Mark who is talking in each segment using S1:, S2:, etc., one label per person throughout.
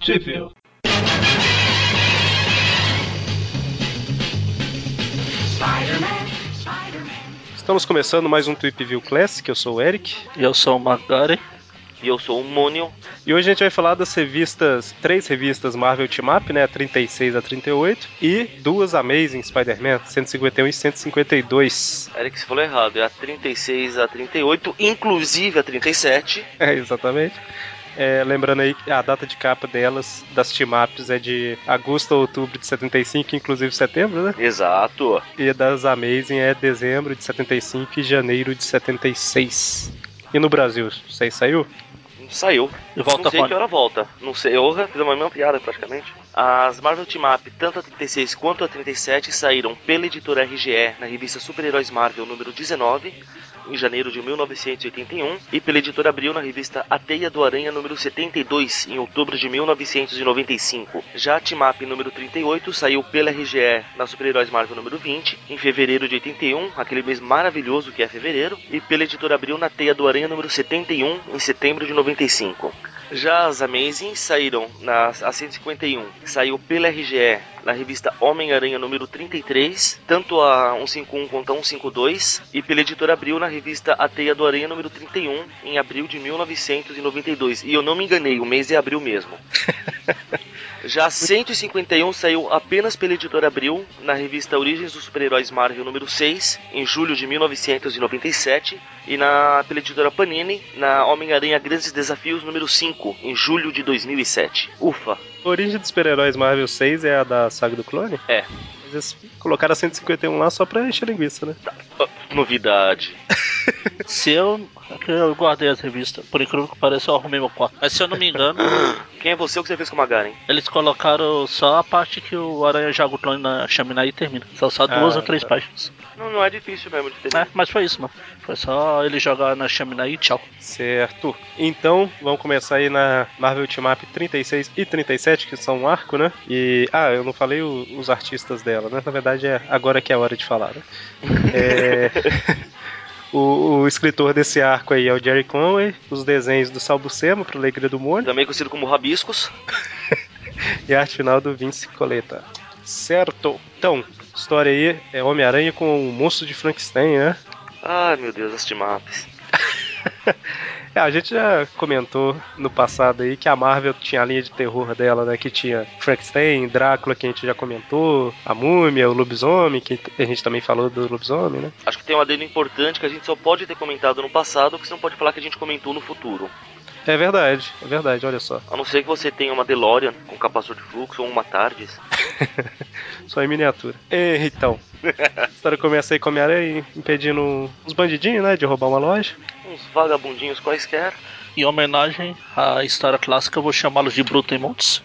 S1: Sheffield. Estamos começando mais um Tweep View Classic, eu sou o Eric.
S2: E eu sou o Magari.
S3: E eu sou o Mônio.
S1: E hoje a gente vai falar das revistas, três revistas Marvel Team Up, né, a 36 a 38, e duas Amazing Spider-Man, 151 e 152.
S3: Eric, você falou errado, é a 36 a 38, inclusive a 37.
S1: É, exatamente. É, lembrando aí que a data de capa delas, das team ups, é de agosto a outubro de 75, inclusive setembro, né?
S3: Exato.
S1: E das Amazing é dezembro de 75 e janeiro de 76. E no Brasil, vocês saiu?
S3: Saiu.
S2: E volta
S3: Não sei
S2: quando?
S3: que hora volta. Não sei, eu fiz uma mesma piada praticamente. As Marvel Team Up, tanto a 36 quanto a 37, saíram pela editora RGE na revista Super-Heróis Marvel número 19, em janeiro de 1981, e pela editora Abril na revista A Teia do Aranha número 72, em outubro de 1995. Já a Team Up número 38 saiu pela RGE na Super-Heróis Marvel número 20, em fevereiro de 81, aquele mês maravilhoso que é fevereiro, e pela editora Abril na Teia do Aranha número 71, em setembro de 95. Já as Amazing saíram na a 151, saiu pela RGE na revista Homem-Aranha número 33, tanto a 151 quanto a 152, e pela editora Abril na revista A Teia do Aranha número 31, em abril de 1992. E eu não me enganei, o mês é abril mesmo. Já a 151 saiu apenas pela editora Abril na revista Origens dos Super-Heróis Marvel número 6, em julho de 1997, e na pela editora Panini na Homem-Aranha Grandes Desafios número 5, em julho de 2007. Ufa,
S1: Origem dos Super-Heróis Marvel 6 é a da Saga do Clone?
S3: É.
S1: Mas eles colocaram a 151 lá só pra encher linguiça, né?
S3: novidade.
S2: Se eu. é que Eu guardei as revistas, por incrível que pareça, eu arrumei meu quarto. Mas se eu não me engano,
S3: Quem é você o que você fez com o Magaren?
S2: eles colocaram só a parte que o Aranha joga o clone na chaminé e termina. São só duas
S1: Ah,
S2: ou três
S1: tá.
S2: páginas.
S3: Não, não é difícil mesmo de ter.
S2: É, mas foi isso, mano. Foi só ele jogar na chaminé e tchau.
S1: Certo. Então, vamos começar aí na Marvel Team Up 36 e 37, que são um arco, né? E. Ah, eu não falei o- os artistas dela, né? Na verdade, é agora que é a hora de falar, né? É. O, o escritor desse arco aí é o Jerry Conway, os desenhos do Sal Buscema, pro Alegria do Mônio,
S3: Também conhecido como Rabiscos.
S1: e a arte final do Vince Coleta. Certo! Então, história aí é Homem-Aranha com o monstro de Frankenstein, né?
S3: Ai meu Deus, as timaps.
S1: É, a gente já comentou no passado aí que a Marvel tinha a linha de terror dela, né? Que tinha Frankenstein, Drácula, que a gente já comentou, a Múmia, o Lobisomem, que a gente também falou do Lobisomem, né?
S3: Acho que tem um adendo importante que a gente só pode ter comentado no passado, que você não pode falar que a gente comentou no futuro.
S1: É verdade, é verdade, olha só.
S3: A não ser que você tenha uma DeLorean com capacitor de fluxo ou uma TARDIS.
S1: Só em miniatura. É, Então, a história começa aí com a Homem-Aranha impedindo uns bandidinhos, né? De roubar uma loja.
S3: Uns vagabundinhos quaisquer.
S2: Em homenagem à história clássica, eu vou chamá-los de Bruto e Montes.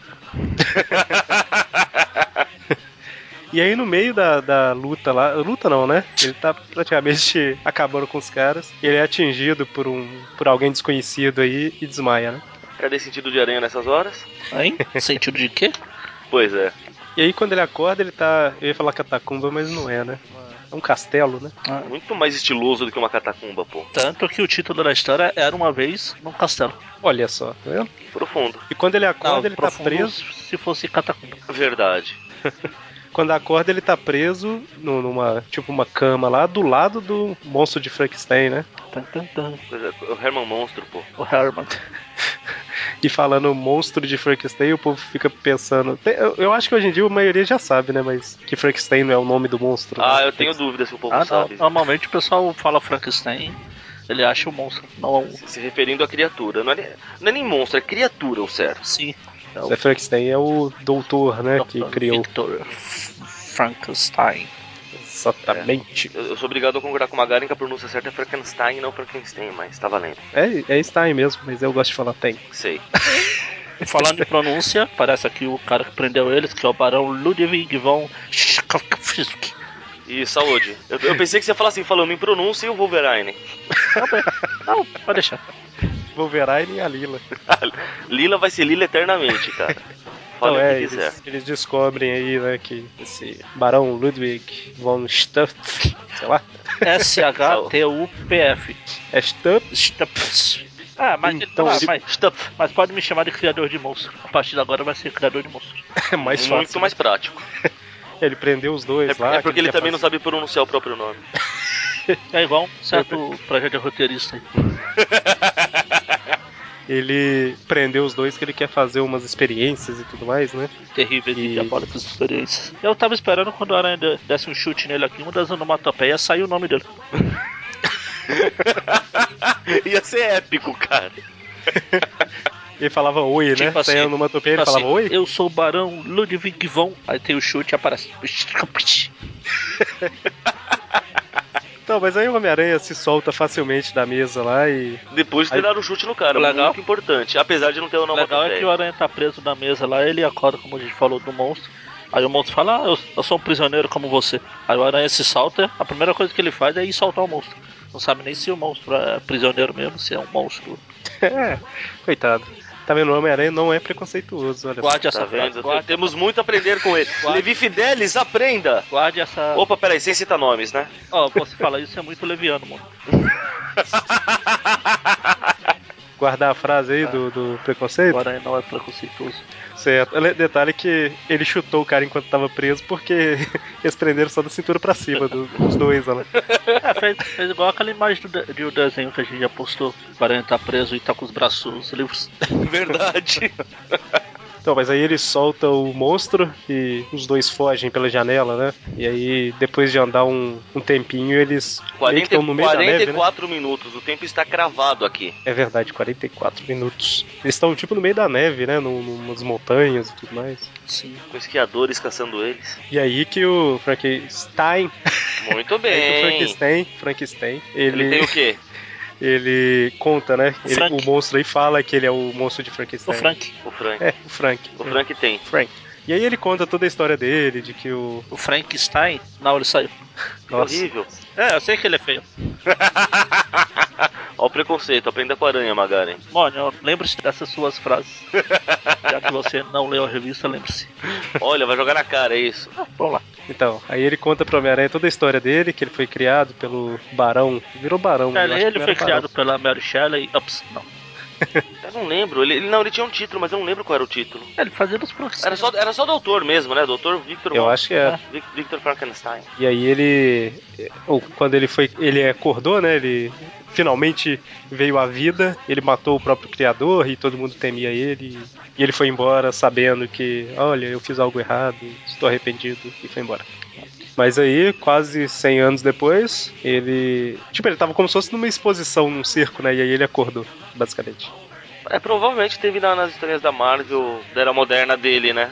S1: E aí no meio da, da luta lá, luta não, né? Ele tá praticamente acabando com os caras. Ele é atingido por um por alguém desconhecido aí e desmaia, né?
S3: Cadê sentido de aranha nessas horas?
S2: Hein? Sentido de quê?
S3: Pois é.
S1: E aí quando ele acorda, ele tá. Eu ia falar catacumba, mas não é, né? É um castelo, né?
S3: Muito mais estiloso do que uma catacumba, pô.
S2: Tanto que o título da história era Uma Vez num Castelo.
S1: Olha só, tá vendo?
S3: Profundo.
S1: E quando ele
S2: Não,
S1: acorda, ele tá
S2: profundo
S1: preso.
S2: Se fosse catacumba.
S3: Verdade.
S1: Quando acorda, ele tá preso nu- numa. tipo uma cama lá do lado do monstro de Frankenstein, né?
S2: Tan, tan, tan.
S3: Pois é, o Herman Monstro, pô.
S2: O Herman.
S1: E falando monstro de Frankenstein, o povo fica pensando. Tem- Eu, eu acho que hoje em dia a maioria já sabe, né? Mas que Frankenstein não é o nome do monstro.
S3: Ah,
S1: né?
S3: eu tenho dúvida se o povo
S2: Ah, não.
S3: sabe.
S2: Normalmente o pessoal fala Frankenstein, ele acha o monstro. Não,
S3: Se se referindo à criatura. Não é, nem- não é nem monstro, é criatura o certo.
S2: sim. É o
S1: É Frankenstein é o doutor, né? Que
S2: Dr.
S1: criou.
S2: Victor F- Frankenstein.
S1: Exatamente.
S3: Eu, eu sou obrigado a concordar com o Magaren que a pronúncia certa é Frankenstein e não Frankenstein, mas tá valendo.
S1: É, é Stein mesmo, mas eu gosto de falar tem.
S3: Sei.
S2: E falando em pronúncia, parece aqui o cara que prendeu eles, que é o barão Ludwig von Schakowsky.
S3: E saúde. Eu, eu pensei que você ia falar assim, falando em pronúncia e o Wolverine.
S2: Não, pode deixar.
S1: Wolverine e a Lila.
S3: Lila vai ser Lila eternamente, cara. Fala
S1: Não,
S3: o
S1: é,
S3: que quiser.
S1: eles, eles descobrem aí, né, que esse Barão Ludwig von Stuff, sei lá,
S2: S-H-T-U-P-F.
S1: é Stuff,
S2: Stups. Ah, mas
S1: Então,
S2: então, ah,
S1: se-
S2: mas, Stuff, mas pode me chamar de criador de monstro. A partir de agora vai ser criador de monstro.
S1: É mais
S3: Muito
S1: fácil.
S3: mais prático.
S1: Ele prendeu os dois
S3: É,
S1: lá.
S3: é porque
S1: que
S3: ele
S1: quer
S3: também não
S1: fazer.
S3: sabe pronunciar o próprio nome.
S2: É igual um certo projeto de roteirista. aí.
S1: Ele prendeu os dois que ele quer fazer umas experiências e tudo mais, né?
S2: Terríveis e
S1: E-
S2: diabólicas experiências. Eu tava esperando quando o Aranha de- desse um chute nele aqui, uma das onomatopeias saiu o nome dele.
S3: Ia ser épico, cara.
S1: Ele falava oi, né?
S2: Tipo assim,
S1: Saiu numa topeia, ele
S2: Assim,
S1: falava oi.
S2: Eu sou o Barão Ludwig von. Aí tem o chute e aparece. é
S1: Então, mas aí o Homem-Aranha se solta facilmente da mesa lá e.
S3: Depois de
S1: Aí-
S3: dar o chute no cara,
S2: Legal.
S3: muito importante. Apesar de não ter o
S2: O
S3: nome
S2: legal é que o Aranha tá preso na mesa lá, ele acorda, como a gente falou, do monstro. Aí o monstro fala, ah, eu, eu sou um prisioneiro como você. Aí o aranha se salta, a primeira coisa que ele faz é ir soltar o monstro. Não sabe nem se o monstro é prisioneiro mesmo, se é um monstro.
S1: é, coitado. Tá vendo? O Homem-Aranha não é preconceituoso, olha só.
S2: Guarde essa
S3: Tá vendo?
S2: frase, guarde,
S3: Temos muito a aprender com ele.
S2: Guarda.
S3: Levi Fidelis, aprenda!
S2: guarde essa.
S3: Opa, peraí, sem citar nomes, né?
S2: Ó, você fala isso é muito leviano, mano.
S1: Guardar a frase
S3: Ah.
S1: aí do, do preconceito.
S2: O aranha não é preconceituoso.
S1: Certo. Ale- Detalhe que ele chutou o cara enquanto tava preso porque eles prenderam só da cintura pra cima do- dos dois olha lá.
S2: É, fez, fez igual aquela imagem do, de- de um desenho que a gente já postou. O aranha tá preso e tá com os braços livres.
S3: Verdade.
S1: Então, mas aí ele solta o monstro e os dois fogem pela janela, né? E aí, depois de andar um, um tempinho, eles meio que
S3: 40,
S1: estão no meio da neve, né?
S3: 44 minutos, o tempo está cravado aqui.
S1: É verdade, 44 minutos. Eles estão tipo no meio da neve, né? Num, numas montanhas e tudo mais.
S2: Sim.
S3: Com esquiadores caçando eles.
S1: E aí que o Frankenstein.
S3: Muito
S1: Aí É que o
S3: bem.
S1: Frankenstein. Frankenstein. Ele,
S3: Ele tem o quê?
S1: ele conta, né?
S2: O
S1: Ele-
S2: Frank.
S1: o monstro aí fala que ele é o monstro de
S2: O
S1: Frankenstein.
S2: Frank.
S3: O Frank.
S1: É, o Frank.
S3: O Frank tem.
S1: Frank. E aí ele conta toda a história dele, de que o.
S2: O Frankenstein. Não, ele saiu.
S3: Que
S1: Nossa.
S3: horrível.
S2: É, eu sei que ele é feio.
S3: Ó o preconceito, aprenda com a aranha, Magaren.
S2: Mônio, lembre-se dessas suas frases. Já que você não leu a revista, lembre-se.
S3: Olha, vai jogar na cara, é isso.
S2: Vamos lá.
S1: Então, aí ele conta pro Homem-Aranha toda a história dele, que ele foi criado pelo Barão. Virou Barão, eu acho
S2: Ele,
S1: que
S2: É, ele
S1: não
S2: foi
S1: era
S2: criado pela Mary Shelley. Ups, não.
S3: Ah, Eu não lembro. Ele, ele- não, ele tinha um título, mas eu não lembro qual era o título.
S2: Ele fazia dos próximos.
S3: Era só, era só doutor mesmo, né? Doutor Victor,
S1: Barão. Eu acho que é.
S3: Vic- Victor Frankenstein.
S1: E aí ele. ou Quando ele foi. ele acordou, né? Ele finalmente veio à vida, ele matou o próprio criador e todo mundo temia ele. E ele foi embora sabendo que, olha, eu fiz algo errado, estou arrependido, e foi embora. Mas aí, quase 100 anos depois, ele. Tipo, ele tava como se fosse numa exposição, num circo, né? E aí ele acordou, basicamente.
S3: É, provavelmente teve na- nas histórias da Marvel, da era moderna dele, né?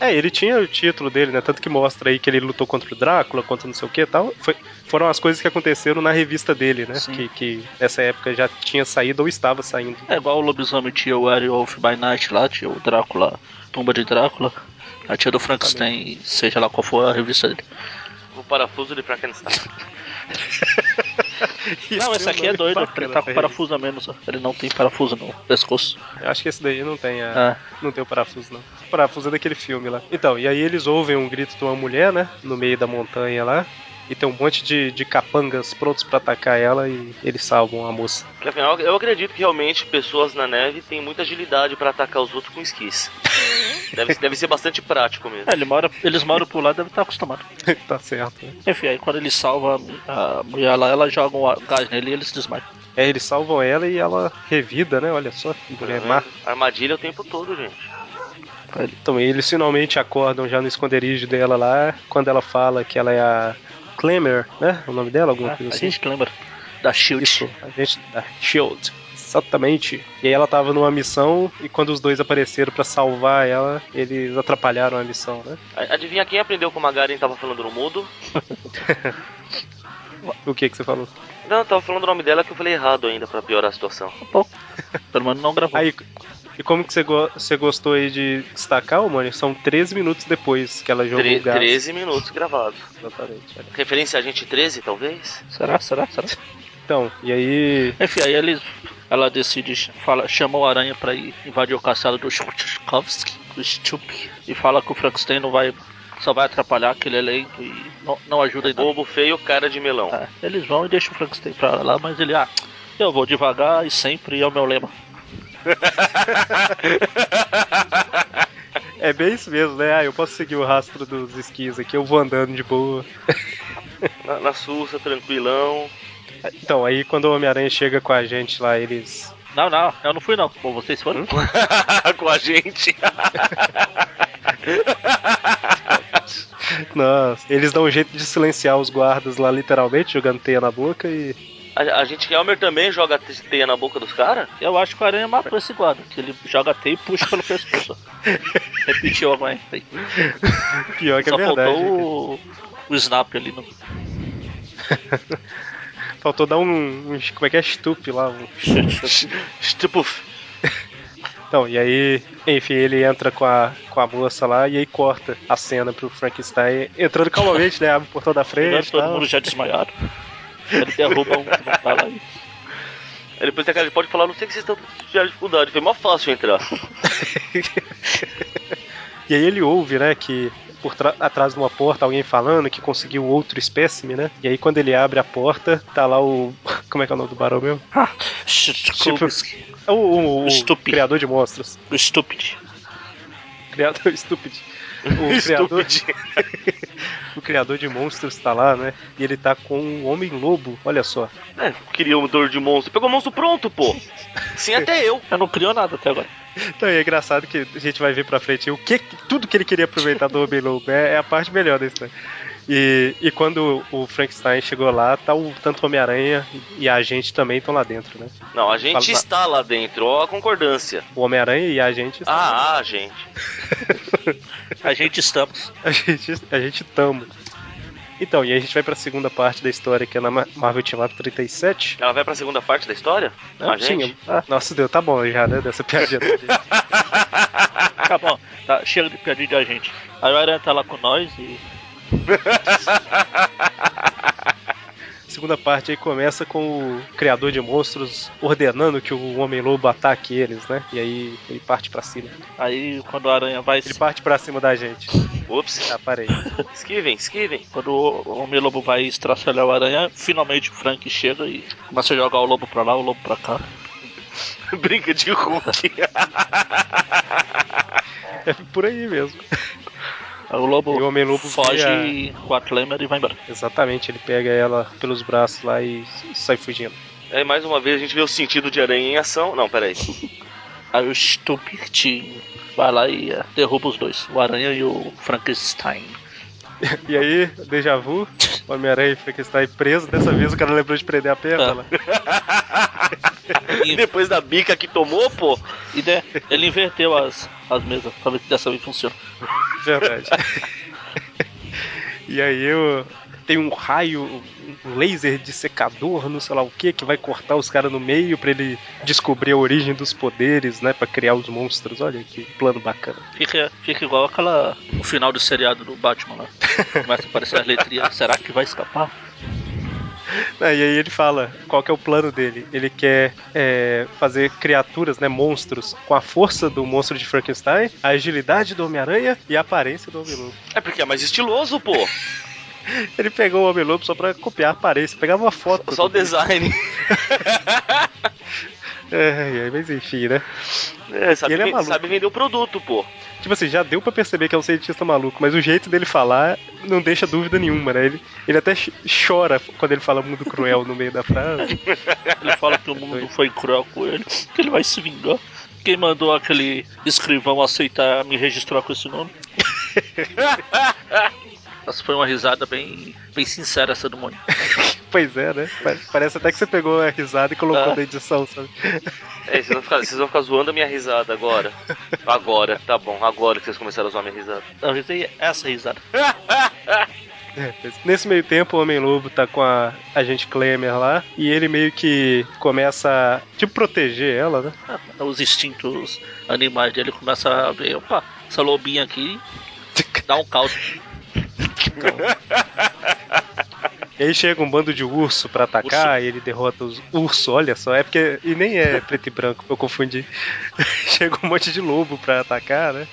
S1: É, ele tinha o título dele, né? Tanto que mostra aí que ele lutou contra o Drácula, contra não sei o que e tal. Foi- foram as coisas que aconteceram na revista dele, né?
S2: Sim.
S1: Que, que nessa época já tinha saído ou estava saindo.
S2: É igual o lobisomem tinha o Harry Wolf by Night lá, tinha o Drácula, Tumba de Drácula. A tia do Frankenstein, seja lá qual for a revista dele.
S3: O parafuso de Frankenstein.
S2: Não, esse aqui é doido, ele tá com parafuso a menos. ó. Ele não tem parafuso no pescoço.
S1: né? Eu acho que esse daí não tem a,
S2: Ah,
S1: Não tem o parafuso, não. O parafuso é daquele filme lá. Então, e aí eles ouvem um grito de uma mulher, né? No meio da montanha lá. E tem um monte de, de capangas prontos pra atacar ela e eles salvam a moça.
S3: Porque afinal, eu acredito que realmente pessoas na neve têm muita agilidade pra atacar os outros com esquis. Deve, deve ser bastante prático mesmo.
S2: é, ele mora, eles moram por lá, deve estar acostumado.
S1: tá certo, né?
S2: Enfim, aí quando ele salva a, a mulher lá, ela joga um a- gás nele e ele se desmaia.
S1: É, eles salvam ela e ela revida, né? Olha só, que
S2: É.
S1: mulher má.
S3: Armadilha o tempo todo, gente.
S1: Então, eles finalmente acordam já no esconderijo dela lá, quando ela fala que ela é a Clemmer, né? O nome dela, alguma
S2: Ah,
S1: coisa
S2: a
S1: assim.
S2: gente que lembra da Shield.
S1: Isso, a gente da Shield. Exatamente. E aí ela tava numa missão e quando os dois apareceram pra salvar ela, eles atrapalharam a missão, né?
S3: A- Adivinha quem aprendeu com o Magaren tava falando no mudo?
S1: O que que você falou?
S3: Não, eu tava falando o nome dela que eu falei errado ainda pra piorar a situação.
S2: Bom, pelo menos não gravou.
S1: Aí, e como que você, go- você gostou aí de destacar, ô, mano? São 13 minutos depois que ela jogou
S3: Tre-
S1: o gás.
S3: 13 minutos gravados.
S1: Exatamente. olha.
S3: Referência a gente 13, talvez?
S2: Será? Será? Será?
S1: Então, e aí...
S2: Enfim, aí eles, ela decide, fala, chama o Aranha pra ir invadir o castelo do Chukovsky, do Stup, e fala que o Frankenstein não vai, só vai atrapalhar, que ele é lento e não, não ajuda em nada.
S3: Bobo feio, cara de melão.
S2: É, Ah, eles vão e deixam o Frankenstein pra lá, mas ele, ah, Eu vou devagar e sempre é o meu lema.
S1: É bem isso mesmo, né? Ah, eu posso seguir o rastro dos esquis aqui, eu vou andando de boa.
S3: Na, na Sussa, tranquilão.
S1: Então, aí quando o Homem-Aranha chega com a gente lá, eles.
S2: Não, não, eu não fui não. Pô, vocês foram?
S3: Hum? Com a gente.
S1: Nossa, eles dão um jeito de silenciar os guardas lá, literalmente, jogando teia na boca e.
S3: A, a gente Helmer também joga te- teia na boca dos caras?
S2: Eu acho que o Aranha matou esse guarda, que ele joga T e puxa pelo pescoço. Repetiu agora, hein? Aí.
S1: Pior que é
S2: Só
S1: verdade.
S2: faltou o, o Snap ali. No...
S1: Faltou dar um, um- Como é que é? Stup lá. um-
S3: Estupuf.
S1: Então, e aí, enfim, ele entra com a, com a moça lá e aí corta a cena pro Frankenstein entrando calmamente, né? Abre o portão da
S2: Agora
S1: frente. e
S2: todo
S1: tal.
S2: mundo já desmaiado. Ele derruba um que não tá lá.
S3: Aí depois tem aquele pode falar, não sei que vocês estão tiveram dificuldade, foi mó fácil entrar.
S1: E aí ele ouve, né, que por tra- atrás de uma porta alguém falando que conseguiu outro espécime, né? E aí quando ele abre a porta, tá lá o. Como é que é o nome do barão mesmo?
S2: Stupid.
S1: É o, o- o
S2: Stupid.
S1: criador de monstros.
S2: Stupid.
S1: Criador estúpido. O criador, o criador de monstros tá lá, né? E ele tá com um homem lobo, olha só.
S3: É, queria um dor de monstro. Pegou monstro pronto, pô. Sim, até eu.
S2: Eu não criou nada até agora.
S1: Então é engraçado que a gente vai ver pra frente o que tudo que ele queria aproveitar do Homem Lobo. É, é a parte melhor da história. E, e quando o Frankenstein chegou lá, tá o tanto o Homem-Aranha e a gente também estão lá dentro, né?
S3: Não, a gente
S1: Fala-
S3: está lá dentro, ó a concordância.
S1: O Homem-Aranha e a gente.
S3: Ah,
S1: né?
S3: ah, gente.
S2: A gente estamos.
S1: A gente, a gente tamo. Então, e aí a gente vai pra segunda parte da história, que é na Ma- Marvel Team Up 37.
S3: Ela vai pra segunda parte da história? a gente?
S1: Sim, eu- ah, nossa, deu, tá bom já, né? Dessa piadinha.
S2: Tá bom. Tá, chega de pedir da gente. Aí o Aranha tá lá com nós e.
S1: segunda parte aí começa com o criador de monstros ordenando que o Homem-Lobo ataque eles, né? E aí ele parte pra cima.
S2: Aí quando o Aranha vai.
S1: Ele parte pra cima da gente.
S3: Ops.
S1: Tá, parei.
S3: Esquivem, esquivem.
S2: Quando o homem lobo vai estraçalhar o aranha, finalmente o Frank chega e começa a jogar o lobo pra lá, o lobo pra cá.
S3: Brinca de Hulk.
S1: É por aí mesmo.
S2: Aí o lobo,
S1: E o homem lobo
S2: foge
S1: vira-
S2: e com a Clemmer e vai embora.
S1: Exatamente, ele pega ela pelos braços lá e sai fugindo.
S3: Aí É, mais uma vez a gente vê o sentido de aranha em ação. Não, peraí.
S2: Aí o Stupid vai lá e eh, derruba os dois, o aranha e o Frankenstein.
S1: E aí, déjà vu, o Homem-Aranha fica está aí preso. Dessa vez o cara lembrou de prender a perna.
S2: Ah.
S1: lá.
S2: E,
S3: Depois da bica que tomou, pô.
S2: e de- ele inverteu as, as mesas pra ver se dessa vez funciona.
S1: Verdade. e aí eu tem um raio, um laser de secador, não sei lá o que, que vai cortar os caras no meio pra ele descobrir a origem dos poderes, né, Pra criar os monstros. Olha que plano bacana.
S2: Fica, fica igual aquela. o final do seriado do Batman lá. Começa a aparecer as letrinhas. Será que vai escapar?
S1: Ah, E aí ele fala qual que é o plano dele. Ele quer é, fazer criaturas, né, monstros, com a força do monstro de Frankenstein, a agilidade do Homem-Aranha e a aparência do Homem-Lobo.
S3: É porque é mais estiloso, pô.
S1: Ele pegou o Homem-Lobo só pra copiar a aparência, pegava uma foto.
S3: Só o
S1: do-
S3: design.
S1: É, é, mas enfim, né.
S3: É, sabe,
S1: Ele é
S3: ven-
S1: maluco.
S3: sabe vender o produto, pô.
S1: Tipo assim, já deu pra perceber que é um cientista maluco, mas o jeito dele falar não deixa dúvida nenhuma, né? Ele, ele até ch- chora quando ele fala mundo cruel no meio da frase.
S2: Ele fala que o mundo foi cruel com ele, que ele vai se vingar. Quem mandou aquele escrivão aceitar me registrar com esse nome? Essa foi uma risada bem, bem sincera essa do Mônio.
S1: Pois é, né? Pa- Parece até que você pegou a risada e colocou
S2: Ah.
S1: na edição, sabe?
S3: É, vocês vão, ficar, vocês vão ficar zoando a minha risada agora. Agora, tá bom, agora que vocês começaram a zoar minha risada.
S2: Eu risei essa risada.
S1: É, pois- Nesse meio tempo, o Homem-Lobo tá com a agente Klemer lá e ele meio que começa a tipo, proteger ela, né?
S2: Ah, Os instintos animais dele começam a ver, opa, essa lobinha aqui dá um caldo.
S1: E aí chega um bando de urso pra atacar e ele derrota os urso, olha só, é porque. E nem é preto e branco, eu confundi. chega um monte de lobo pra atacar, né?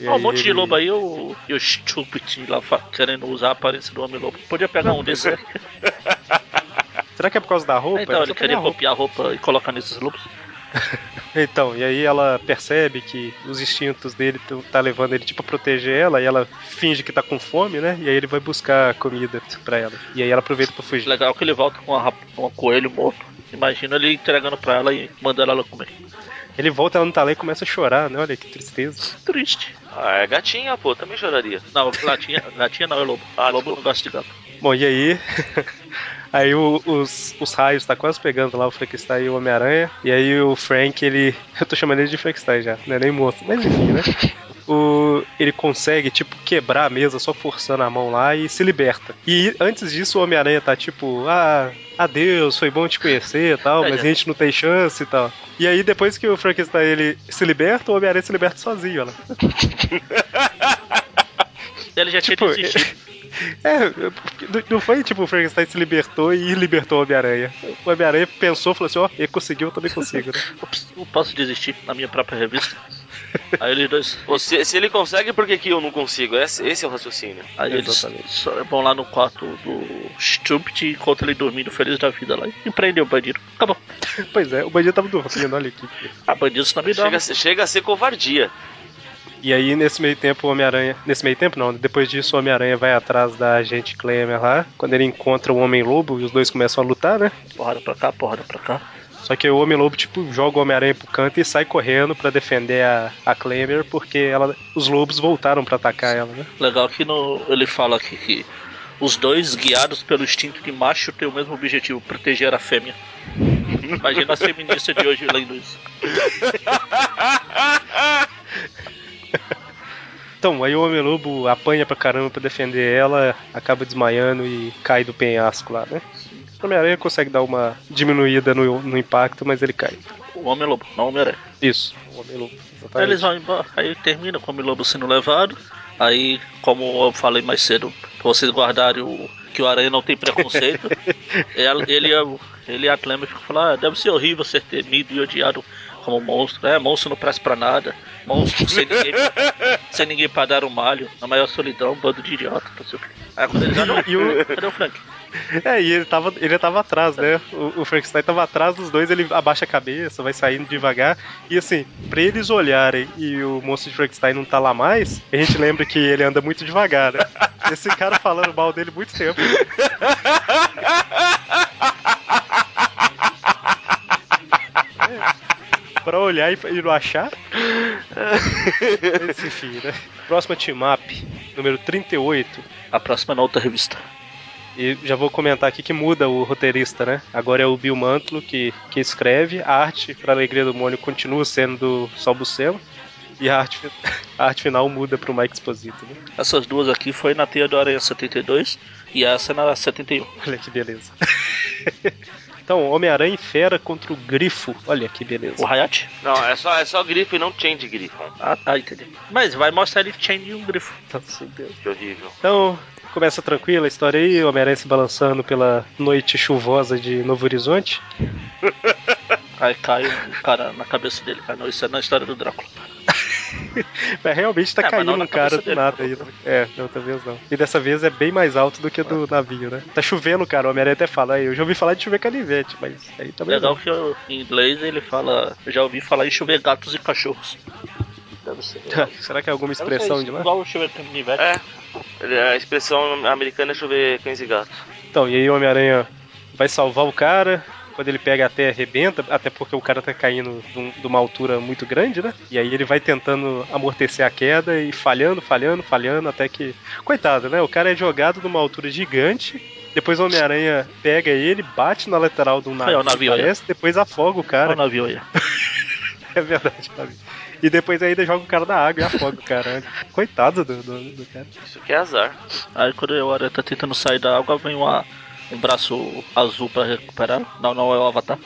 S1: E
S2: Ah, um
S1: aí
S2: monte de
S1: ele-
S2: lobo aí, o, e o Stupid lá fa- querendo usar a aparência do homem lobo. Podia pegar um desses aí.
S1: Será que é por causa da roupa?
S2: Então,
S1: é Era
S2: ele
S1: só pra minha
S2: queria
S1: roupa.
S2: copiar a roupa e colocar nesses loops.
S1: Então, e aí ela percebe que os instintos dele tão- tá levando ele tipo a proteger ela e ela finge que tá com fome, né? E aí ele vai buscar comida pra ela. E aí ela aproveita pra fugir.
S2: Legal que ele volta com a rap- com um coelho morto. Imagina ele entregando pra ela e mandando ela comer.
S1: Ele volta, ela não tá lá e começa a chorar, né? Olha que tristeza.
S2: Triste.
S3: Ah, é gatinha, pô, também choraria.
S2: Não, latinha, latinha não, é lobo.
S3: Ah,
S2: lobo
S3: desculpa.
S2: não gosta de gato.
S1: Bom, e aí? aí o- os, os raios tá quase pegando lá o Frankenstein e o Homem-Aranha. E aí o Frank, ele. Eu tô chamando ele de Frankenstein já, não é nem morto, mas enfim, né? O, ele consegue, tipo, quebrar a mesa só forçando a mão lá e se liberta. E antes disso, o Homem-Aranha tá tipo, ah, adeus, foi bom te conhecer e tal,
S2: É,
S1: mas a
S2: já-
S1: gente não tem chance e tal. E aí, depois que o Frankenstein ele se liberta, o Homem-Aranha se liberta sozinho, olha.
S2: Ele já tinha
S1: Tipo,
S2: desistido.
S1: É, porque não- não foi tipo o Frankenstein se libertou e libertou o Homem-Aranha. O Homem-Aranha pensou, falou assim: ó, ele conseguiu, eu também consigo, né?
S2: Ops, Não posso desistir na minha própria revista. Aí eles dois.
S3: Pô, se, se ele consegue, por que, que eu não consigo? Esse, esse é o raciocínio.
S2: Aí eles só- vão lá no quarto do Stupid e encontram ele dormindo feliz da vida lá. E prendem o bandido. Acabou.
S1: Pois é, o bandido tava dormindo, olha aqui.
S2: A bandido também
S3: Chega
S2: dorme.
S3: a, ser, chega a ser covardia.
S1: E aí, nesse meio tempo, o Homem-Aranha. Nesse meio tempo, não, depois disso, o Homem-Aranha vai atrás da agente Clemmer lá. Quando ele encontra o Homem-Lobo e os dois começam a lutar, né?
S2: Porrada pra cá, porrada pra cá.
S1: Só que o Homem-Lobo, tipo, joga o Homem-Aranha pro canto e sai correndo pra defender a, a Clemmer, porque ela, os lobos voltaram pra atacar ela, né?
S2: Legal que no, ele fala aqui que os dois, guiados pelo instinto de macho, têm o mesmo objetivo: proteger a fêmea. Imagina a feminista de hoje lendo isso.
S1: Então, aí o Homem-Lobo apanha pra caramba pra defender ela, acaba desmaiando e cai do penhasco lá, né? O Homem-Aranha consegue dar uma diminuída no, no impacto, mas ele cai.
S2: O Homem-Lobo, não o Homem-Aranha.
S1: Isso, o Homem-Lobo.
S2: Aí
S1: exatamente.
S2: Então eles vão embora, aí termina com o Milobo sendo levado. Aí, como eu falei mais cedo, pra vocês guardarem o, que o Aranha não tem preconceito, ela- ele, e a- ele e a Clem ficam falando: ah, deve ser horrível ser temido e odiado como monstro. É, monstro não presta pra nada. Monstro sem ninguém, sem ninguém pra dar um malho. Na maior solidão, um bando de idiota. Não sei o quê.
S3: É,
S2: Aí quando eles olham,
S1: E o-
S2: cadê o Frank?
S1: É, e ele tava, ele tava atrás, né? O, o Frankenstein tava atrás dos dois, ele abaixa a cabeça, vai saindo devagar. E assim, pra eles olharem e o monstro de Frankenstein não tá lá mais, a gente lembra que ele anda muito devagar, né? Esse cara falando mal dele muito tempo. É, Pra olhar e, e não achar. Mas enfim, né? Próxima team up, número 38.
S2: A próxima é na outra revista.
S1: E já vou comentar aqui que muda o roteirista, né? Agora é o Bill Mantlo que, que escreve. A arte, para alegria do Mônio, continua sendo do Sal Buscema. E a arte, fi- a arte final muda pro Mike Exposito, né?
S2: Essas duas aqui foi na Teia do Aranha 72 e essa é na 71.
S1: Olha que beleza. então, Homem-Aranha e Fera contra o Grifo. Olha que
S2: O
S1: beleza.
S2: Hayate.
S3: Não, é só, é só grifo e não change grifo.
S2: Ah, tá, entendi. Mas vai mostrar ele change um grifo.
S1: Nossa, Deus.
S3: Que horrível.
S1: Então, começa tranquila a história aí. Homem-Aranha se balançando pela noite chuvosa de Novo Horizonte.
S2: Aí cai um cara na cabeça dele. Ah, não, isso é na história do Drácula.
S1: Mas realmente tá
S2: É, mas não
S1: caindo
S2: na
S1: um cara
S2: cabeça
S1: do
S2: dele,
S1: nada
S2: por
S1: aí, né? É, da outra vez não. E dessa vez é bem mais alto do que do navio, né? Tá chovendo, cara. O Homem-Aranha até fala aí. Eu já ouvi falar de chover canivete, mas aí tá também.
S2: Legal
S1: não.
S2: que eu- em inglês ele fala. Eu já ouvi falar em chover gatos e cachorros. Deve ser.
S1: Será que é alguma
S2: deve
S1: expressão
S2: ser
S1: de
S2: isso,
S1: lá?
S2: Igual o chover canivete.
S3: É. A expressão americana é chover cães e gatos.
S1: Então, e aí o Homem-Aranha vai salvar o cara. Quando ele pega até arrebenta, até porque o cara tá caindo de, um- de uma altura muito grande, né? E aí ele vai tentando amortecer a queda e falhando, falhando, falhando, até que. Coitado, né? O cara é jogado numa altura gigante. Depois o Homem-Aranha pega ele, bate na lateral do navio,
S2: É, o navio,
S1: parece, depois afoga o
S2: Olha o
S1: cara.
S2: navio aí.
S1: É verdade, navio. E depois ainda joga o cara na água e afoga o cara. Coitado do, do, do cara.
S3: Isso que é azar.
S2: Aí quando o Aranha tá tentando sair da água, vem uma, um braço azul pra recuperar. Não, não é o Avatar,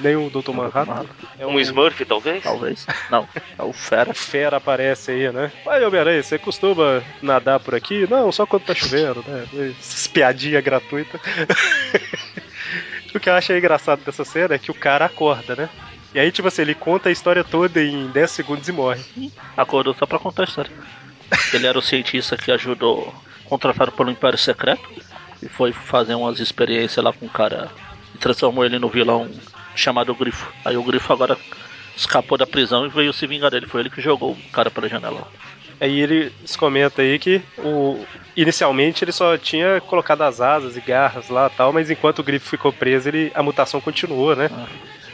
S1: Nem o Dr. Manhattan. É
S3: Um Smurf, talvez?
S2: talvez. Não, é o Fera.
S1: fera aparece aí, né? Olha, Homem-Aranha, você costuma nadar por aqui? Não, só quando tá chovendo, né? Essas piadinhas gratuitas. o que eu acho engraçado dessa cena é que o cara acorda, né? E aí, tipo assim, ele conta a história toda em 10 segundos e morre.
S2: Acordou só pra contar a história. Ele era o cientista que ajudou, contratado pelo Império Secreto. e foi fazer umas experiências lá com o cara e transformou ele no vilão chamado Grifo. Aí o Grifo agora escapou da prisão e veio se vingar dele. Foi ele que jogou o cara pela janela.
S1: Aí eles comentam aí que o, inicialmente ele só tinha colocado as asas e garras lá tal, mas enquanto o Grifo ficou preso, ele, a mutação continuou, né?
S2: Ah.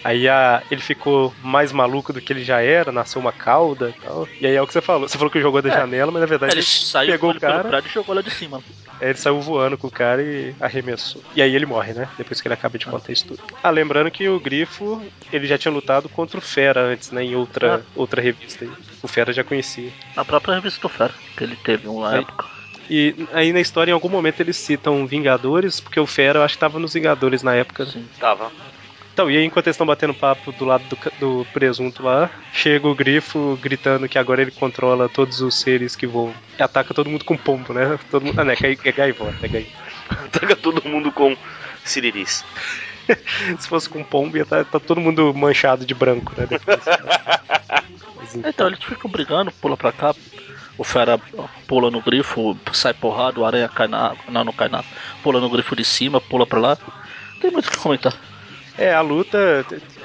S1: Aí a- ele ficou mais maluco do que ele já era, nasceu uma cauda e tal. E aí é o que você falou. Você falou que jogou da
S2: É.
S1: janela, mas na verdade
S2: Ele saiu
S1: pegou
S2: com
S1: o
S2: ele pelo
S1: cara,
S2: prédio e jogou lá de cima.
S1: aí ele saiu voando com o cara e arremessou. E aí ele morre, né? Depois que ele acaba de contar isso tudo. Ah, lembrando que o Grifo, ele já tinha lutado contra o Fera antes, né? Em outra,
S2: Ah.
S1: outra revista aí. O Fera já conhecia.
S2: Na própria revista do Fera, que ele teve uma
S1: Aí-
S2: época.
S1: E aí na história, em algum momento, eles citam Vingadores, porque o Fera eu acho que tava nos Vingadores na época. né?
S2: Sim.
S3: Tava.
S1: Então, e aí enquanto eles estão batendo papo do lado do, ca- do presunto lá, chega o grifo gritando que agora ele controla todos os seres que voam. E ataca todo mundo com pombo, né? Todo mundo. Ah, né? que É é gaivota, é gaivota.
S3: Taca todo mundo com siriris.
S1: Se fosse com pombo, ia tá, tá todo mundo manchado de branco, né? Depois. Mas, enfim.
S2: Então eles ficam brigando, pula pra cá, o fera pula no grifo, sai porrada, o aranha cai na água, não, não cai nada, pula no grifo de cima, pula pra lá. Tem muito o que comentar.
S1: É, a luta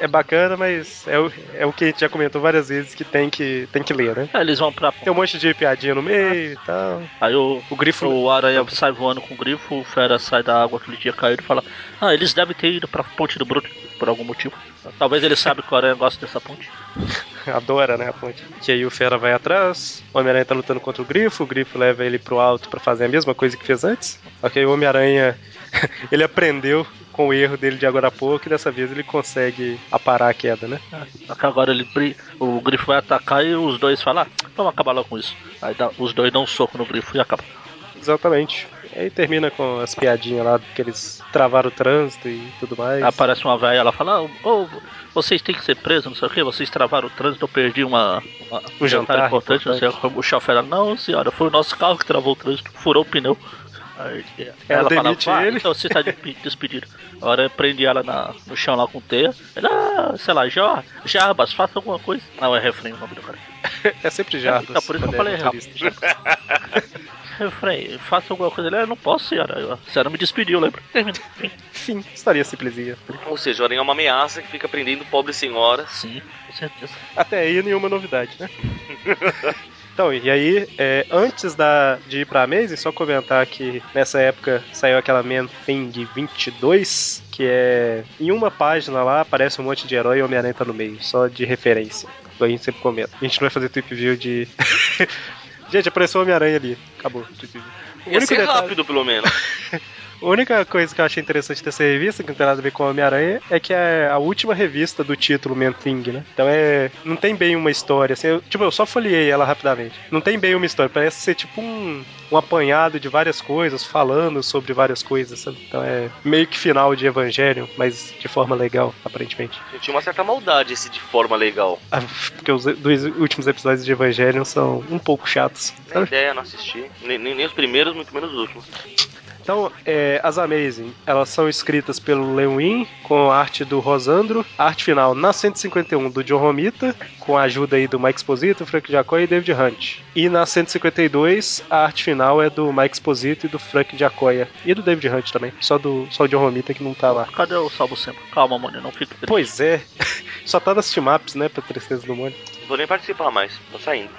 S1: é bacana, mas é o, é o que a gente já comentou várias vezes que tem que, tem que ler, né?
S2: Aí É, eles vão pra.
S1: Tem um monte de piadinha no meio e tal.
S2: Aí o,
S1: O grifo.
S2: o aranha sai voando com o grifo, o fera sai da água aquele dia caído e fala: Ah, eles devem ter ido pra ponte do Bruto por algum motivo. Talvez ele saiba que o aranha gosta dessa ponte.
S1: Adora, né, a ponte. Que aí o Fera vai atrás, o Homem-Aranha tá lutando contra o Grifo, o Grifo leva ele pro alto pra fazer a mesma coisa que fez antes. Só que aí o Homem-Aranha, ele aprendeu com o erro dele de agora a pouco e dessa vez ele consegue aparar a queda, né?
S2: Só que agora ele, bri- o grifo vai atacar e os dois falam: ah, Vamos acabar logo com isso. Aí dá- os dois dão um soco no grifo e acaba.
S1: Exatamente. E aí termina com as piadinhas lá que eles travaram o trânsito e tudo mais.
S2: Aí Aparece uma velha, ela fala, ô, ô, vocês têm que ser presos, não sei o que, vocês travaram o trânsito, eu perdi uma, uma-
S1: Um jantar
S2: importante, não sei o que. O chofer fala, não senhora, foi o nosso carro que travou o trânsito, furou o pneu. Aí, é,
S1: Ela
S2: ela fala,
S1: demite
S2: "Vá,
S1: ele."
S2: então você tá de- despedido. A hora eu prendi ela na, no chão lá com teia, ela, ah, sei lá, já, Jarbas, faça alguma coisa. Não, é refrém o nome do cara.
S1: é sempre Jarbas.
S2: Então, por isso que
S1: quando
S2: eu falei
S1: é
S2: errado.
S1: motorista.
S2: Refrém, faça alguma coisa. Ele, "Ah, eu não posso, senhora. Eu, a senhora me despediu, lembra? Termina.
S1: Enfim, estaria simplesinha.
S3: Ou seja, o aranha é uma ameaça que fica prendendo pobres senhoras.
S2: Sim, com certeza.
S1: Até aí nenhuma novidade, né? Então, e aí, é, antes da, de ir pra Amazing, só comentar que nessa época saiu aquela Man Thing 22, que é. Em uma página lá aparece um monte de herói e Homem-Aranha tá no meio, só de referência. Então, A gente sempre comenta. A gente não vai fazer trip view de. gente, apareceu o Homem-Aranha ali. Acabou, trip view. O
S3: Ia
S1: único
S3: ser
S1: detalhe-
S3: rápido, pelo menos.
S1: a única coisa que eu achei interessante dessa revista, que não tem nada a ver com o Homem-Aranha, é que é a última revista do título Man Thing, né? Então é. Não tem bem uma história, assim. eu- tipo, eu só folhei ela rapidamente. Não tem bem uma história, parece ser tipo um, um apanhado de várias coisas, falando sobre várias coisas, sabe? Então é meio que final de Evangelho, mas de forma legal, aparentemente.
S3: Tinha uma certa maldade esse de forma legal.
S1: Ah, Porque os dois últimos episódios de Evangelho são um pouco chatos.
S3: Nem
S1: sabe?
S3: ideia, não assisti. Nem, nem, nem os primeiros, muito menos os últimos.
S1: Então, é, as Amazing, elas são escritas pelo Lewin, com a arte do Rosandro, a arte final na 151 do John Romita, com a ajuda aí do Mike Exposito, Frank Jacó e David Hunt. E na 152, a arte final é do Mike Exposito e do Frank Jacoia. E do David Hunt também, só, do, só o John Romita que não tá lá.
S2: Cadê o salvo sempre? Calma, mano, não fica triste.
S1: Pois é, só tá nas team-ups, né, pra tristeza do mundo.
S3: Não vou nem participar mais, tô saindo.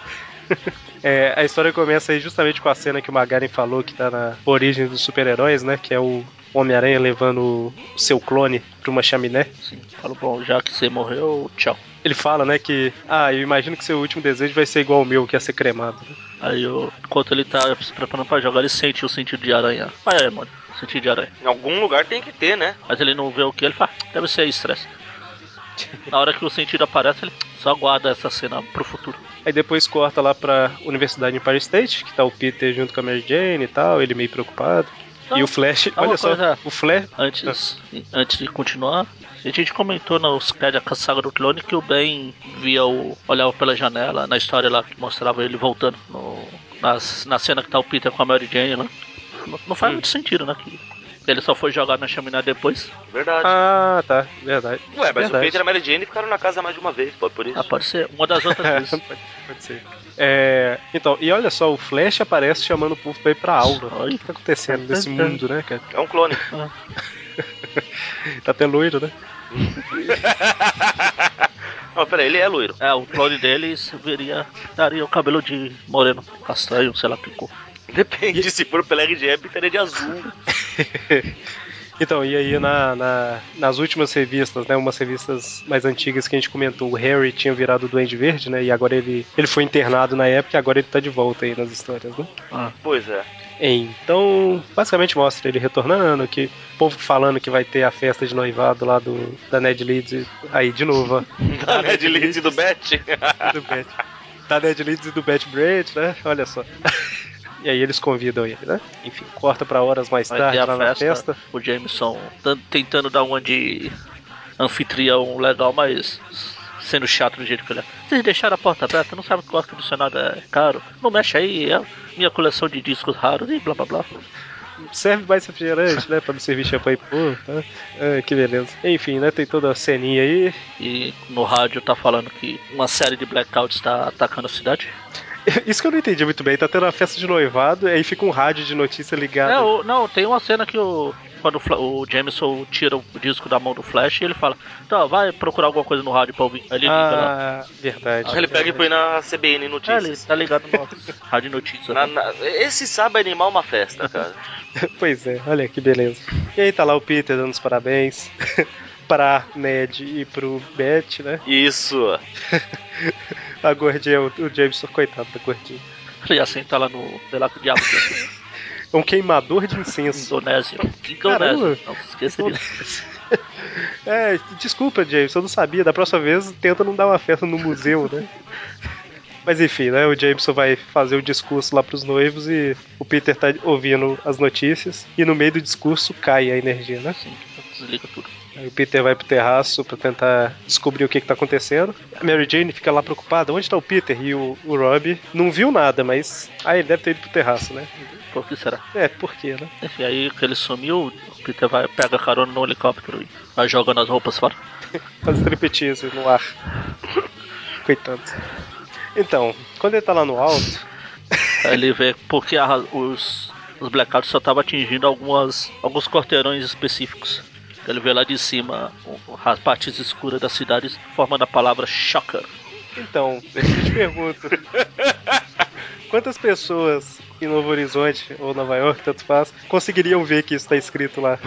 S1: É, a história começa aí justamente com a cena que o Magaren falou que tá na origem dos super-heróis, né? Que é o Homem-Aranha levando o seu clone pra uma chaminé.
S2: Sim, falo, bom, já que você morreu, tchau.
S1: Ele fala, né, que. Ah, eu imagino que seu último desejo vai ser igual ao meu, que é ser cremado.
S2: Aí, eu, enquanto ele tá se preparando pra jogar, ele sente o sentido de aranha. Vai aí, mano, sentido de aranha.
S3: Em algum lugar tem que ter, né?
S2: Mas ele não vê o que, ele fala, "Ah, deve ser estresse. Na hora que o sentido aparece, ele só guarda essa cena pro futuro.
S1: Aí depois corta lá pra Universidade Empire State, que tá o Peter junto com a Mary Jane e tal, ele meio preocupado.
S2: Não,
S1: e o Flash,
S2: uma
S1: olha só,
S2: coisa-
S1: o Flash.
S2: Antes, antes de continuar, a gente comentou no Skype da Saga do Clone que o Ben via o, olhava pela janela, na história lá que mostrava ele voltando no, nas- na cena que tá o Peter com a Mary Jane lá. Não, não faz muito sentido, né? Que Ele só foi jogado na chaminé depois.
S3: Verdade.
S1: Ah, tá. Verdade.
S3: Ué, mas o
S1: Verdade.
S3: Peter e a Mary Jane ficaram na casa mais de uma vez, pô, por isso.
S2: Ah, pode ser uma das
S1: É,
S2: outras vezes.
S1: pode, pode ser. É, então, e olha só, o Flash aparece chamando o povo pra ir pra aula.
S2: Olha.
S1: O que tá acontecendo nesse mundo, né, cara?
S3: É um clone.
S1: Tá até loiro, né?
S3: Não, peraí, ele é loiro.
S2: É, o clone deles viria, daria o cabelo de moreno, castanho, sei lá que cor.
S3: Depende, se for pela RGE, pintaria de azul.
S1: Então, e aí na- na- nas últimas revistas, né, umas revistas mais antigas que a gente comentou, o Harry tinha virado o Duende Verde, né, e agora ele, ele foi internado na época e agora ele tá de volta aí nas histórias, né?
S2: Ah,
S3: Pois é.
S1: Então, basicamente mostra ele retornando, que o povo falando que vai ter a festa de noivado lá do, da Ned Leeds, aí de novo, ó.
S3: Da Ned Leeds e né, do Bet.
S1: do Bat. Da Ned Leeds e do Bat Braid, né? Olha só. E aí eles convidam ele, né? Enfim, corta pra horas mais
S2: vai
S1: tarde
S2: ter
S1: lá tá, na
S2: a festa,
S1: festa.
S2: o Jameson tan- tentando dar uma de anfitrião legal, mas sendo chato do jeito que ele é. Vocês deixaram a porta aberta, não sabem que o ar-condicionado é caro. Não mexe aí, é minha coleção de discos raros e blá blá blá.
S1: Serve mais refrigerante, né? Pra não servir champanhe puro, tá? Ah, que beleza. Enfim, né? Tem toda a ceninha aí.
S2: E no rádio tá falando que uma série de blackouts tá atacando a cidade.
S1: Isso que eu não entendi muito bem. Tá tendo uma festa de noivado, aí fica um rádio de notícia ligado. Ah,
S2: É, o- não, tem uma cena que o. Quando o Fla- o Jameson tira o disco da mão do Flash e ele fala, tá, vai procurar alguma coisa no rádio pra ouvir. Aí ele liga tá lá.
S1: ah, verdade.
S3: Ele pega e põe na CBN
S2: É, ele
S3: Notícias.
S2: tá ligado no rádio notícia. né?
S3: Na- na- Esse sabe animar uma festa, cara.
S1: Pois é, olha que beleza. E aí tá lá o Peter dando os parabéns pra Ned e pro Bet, né?
S3: Isso.
S1: A gordinha, o o Jameson, coitado da gordinha.
S2: Ele ia sentar lá no. Sei lá que diabo que
S1: É um queimador de
S2: é,
S1: incenso.
S2: Indonésia.
S1: Caramba.
S2: Indonésia. Não se esqueça disso.
S1: É, desculpa, Jameson, eu não sabia. Da próxima vez, tenta não dar uma festa no museu, né? Mas enfim, né? O Jameson vai fazer o discurso lá pros noivos e o Peter tá ouvindo as notícias. E no meio do discurso cai a energia, né?
S2: Assim, desliga tudo.
S1: Aí o Peter vai pro terraço pra tentar descobrir o que, que tá acontecendo. A Mary Jane fica lá preocupada, onde tá o Peter? E o, o Rob não viu nada, mas. Ah, ele deve ter ido pro terraço, né?
S2: Por que será?
S1: É, por quê, né?
S2: Enfim, aí que ele sumiu, o Peter vai, pega carona no helicóptero e vai jogando as roupas fora.
S1: Faz striptease no ar. Coitado. Então, quando ele tá lá no alto,
S2: Aí ele vê porque a- os, os blackouts só estavam atingindo algumas, alguns quarteirões específicos. Ele vê lá de cima o- as partes escuras das cidades formando a palavra shocker.
S1: então, eu te pergunto. Quantas pessoas em Novo Horizonte ou Nova York, tanto faz, conseguiriam ver que isso tá escrito lá?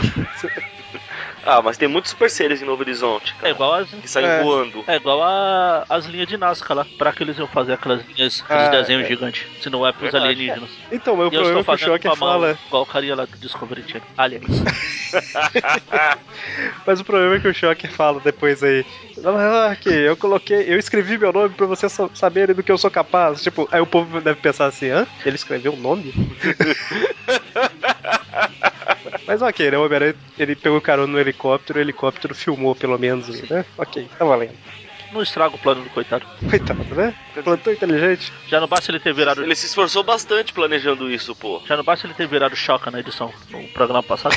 S3: Ah, mas tem muitos super seres em Novo Horizonte,
S2: É
S3: cara.
S2: igual as,
S3: Que saem
S1: É.
S3: voando.
S2: é igual a, as linhas de Nazca lá. Pra que eles iam fazer aquelas linhas, aqueles
S1: Ah,
S2: desenhos
S1: é.
S2: gigantes? Se não é pros
S3: Verdade,
S2: alienígenas.
S1: Então, mas o
S2: E eu
S1: problema é que
S2: estou
S1: o
S2: fazendo com
S1: Shocker
S2: a mão,
S1: fala.
S2: igual o carinha lá do Discovery Channel. Aliens.
S1: Mas o problema é que o Shocker fala depois aí. Nova York, eu coloquei, eu escrevi meu nome pra vocês sa- saberem do que eu sou capaz. Tipo, aí o povo deve pensar assim, hã? Ele escreveu o nome? Mas ok, né? O Homem-Aranha ele pegou o carona no helicóptero, o helicóptero filmou pelo menos, aí, né? Ok, tá valendo.
S2: não estraga o plano do coitado.
S1: Coitado, né? Plantou inteligente.
S2: Já não basta ele ter virado.
S3: Ele se esforçou bastante planejando isso, pô.
S2: Já não basta ele ter virado choca na edição no programa passado.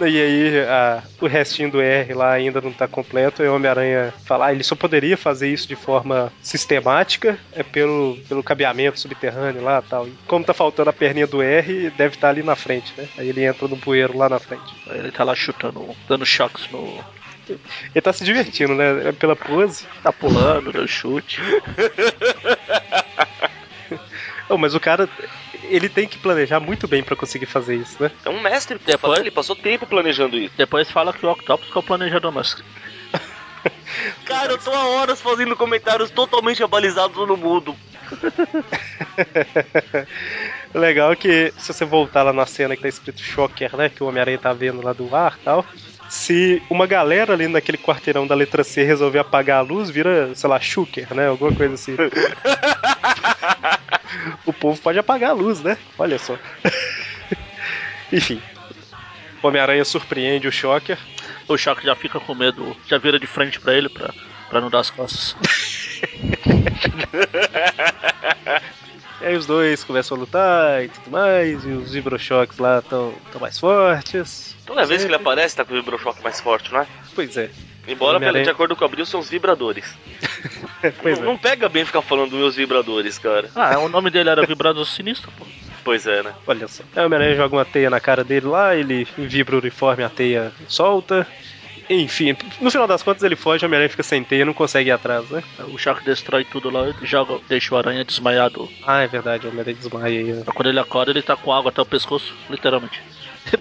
S1: E aí a- o restinho do R lá ainda não tá completo, e o Homem-Aranha fala, ah, ele só poderia fazer isso de forma sistemática, é pelo, pelo cabeamento subterrâneo lá tal. E como tá faltando a perninha do R, deve estar ali na frente, né? Aí ele entra no bueiro lá na frente.
S2: Aí Ele tá lá chutando, dando choques no.
S1: Ele tá se divertindo, né? É Pela pose.
S2: Tá pulando, dando chute.
S1: Oh, mas o cara, ele tem que planejar muito bem pra conseguir fazer isso, né?
S3: É um mestre, pô.
S2: Depois-
S3: Ele passou tempo planejando isso.
S2: Depois fala que o Octopus que é o planejador, mas.
S3: Cara, eu tô há horas fazendo comentários totalmente abalizados no mundo.
S1: O Legal é que se você voltar lá na cena que tá escrito Shocker, né? Que o Homem-Aranha tá vendo lá do ar e tal. Se uma galera ali naquele quarteirão da letra C resolver apagar a luz, vira, sei lá, Shooker, né? Alguma coisa assim. o povo pode apagar a luz, né? Olha só. Enfim. O Homem-Aranha surpreende o Shocker.
S2: O choque já fica com medo, já vira de frente pra ele pra, pra não dar as costas.
S1: E aí os dois começam a lutar e tudo mais, e os Vibroshocks lá estão mais fortes.
S3: Toda vez que ele
S1: Sempre.
S3: aparece, tá com o vibrochoque mais forte, não é?
S1: Pois é.
S3: Embora, pela,
S1: Homem-Aranha.
S3: de acordo com o Abril, são os vibradores.
S1: pois
S3: não,
S1: é.
S3: não pega bem ficar falando meus vibradores, cara.
S2: Ah, o nome dele era Vibrador Sinistro, pô.
S3: Pois é, né?
S1: Olha só. Aí o Homem-Aranha joga uma teia na cara dele lá, ele vibra o uniforme, a teia solta. Enfim, no final das contas ele foge, o Homem-Aranha fica sem teia, não consegue ir atrás, né?
S2: O Shark destrói tudo lá e joga, deixa o aranha desmaiado.
S1: Ah, é verdade, o Homem-Aranha desmaia aí, né?
S2: Quando ele acorda, ele tá com água até o pescoço, literalmente.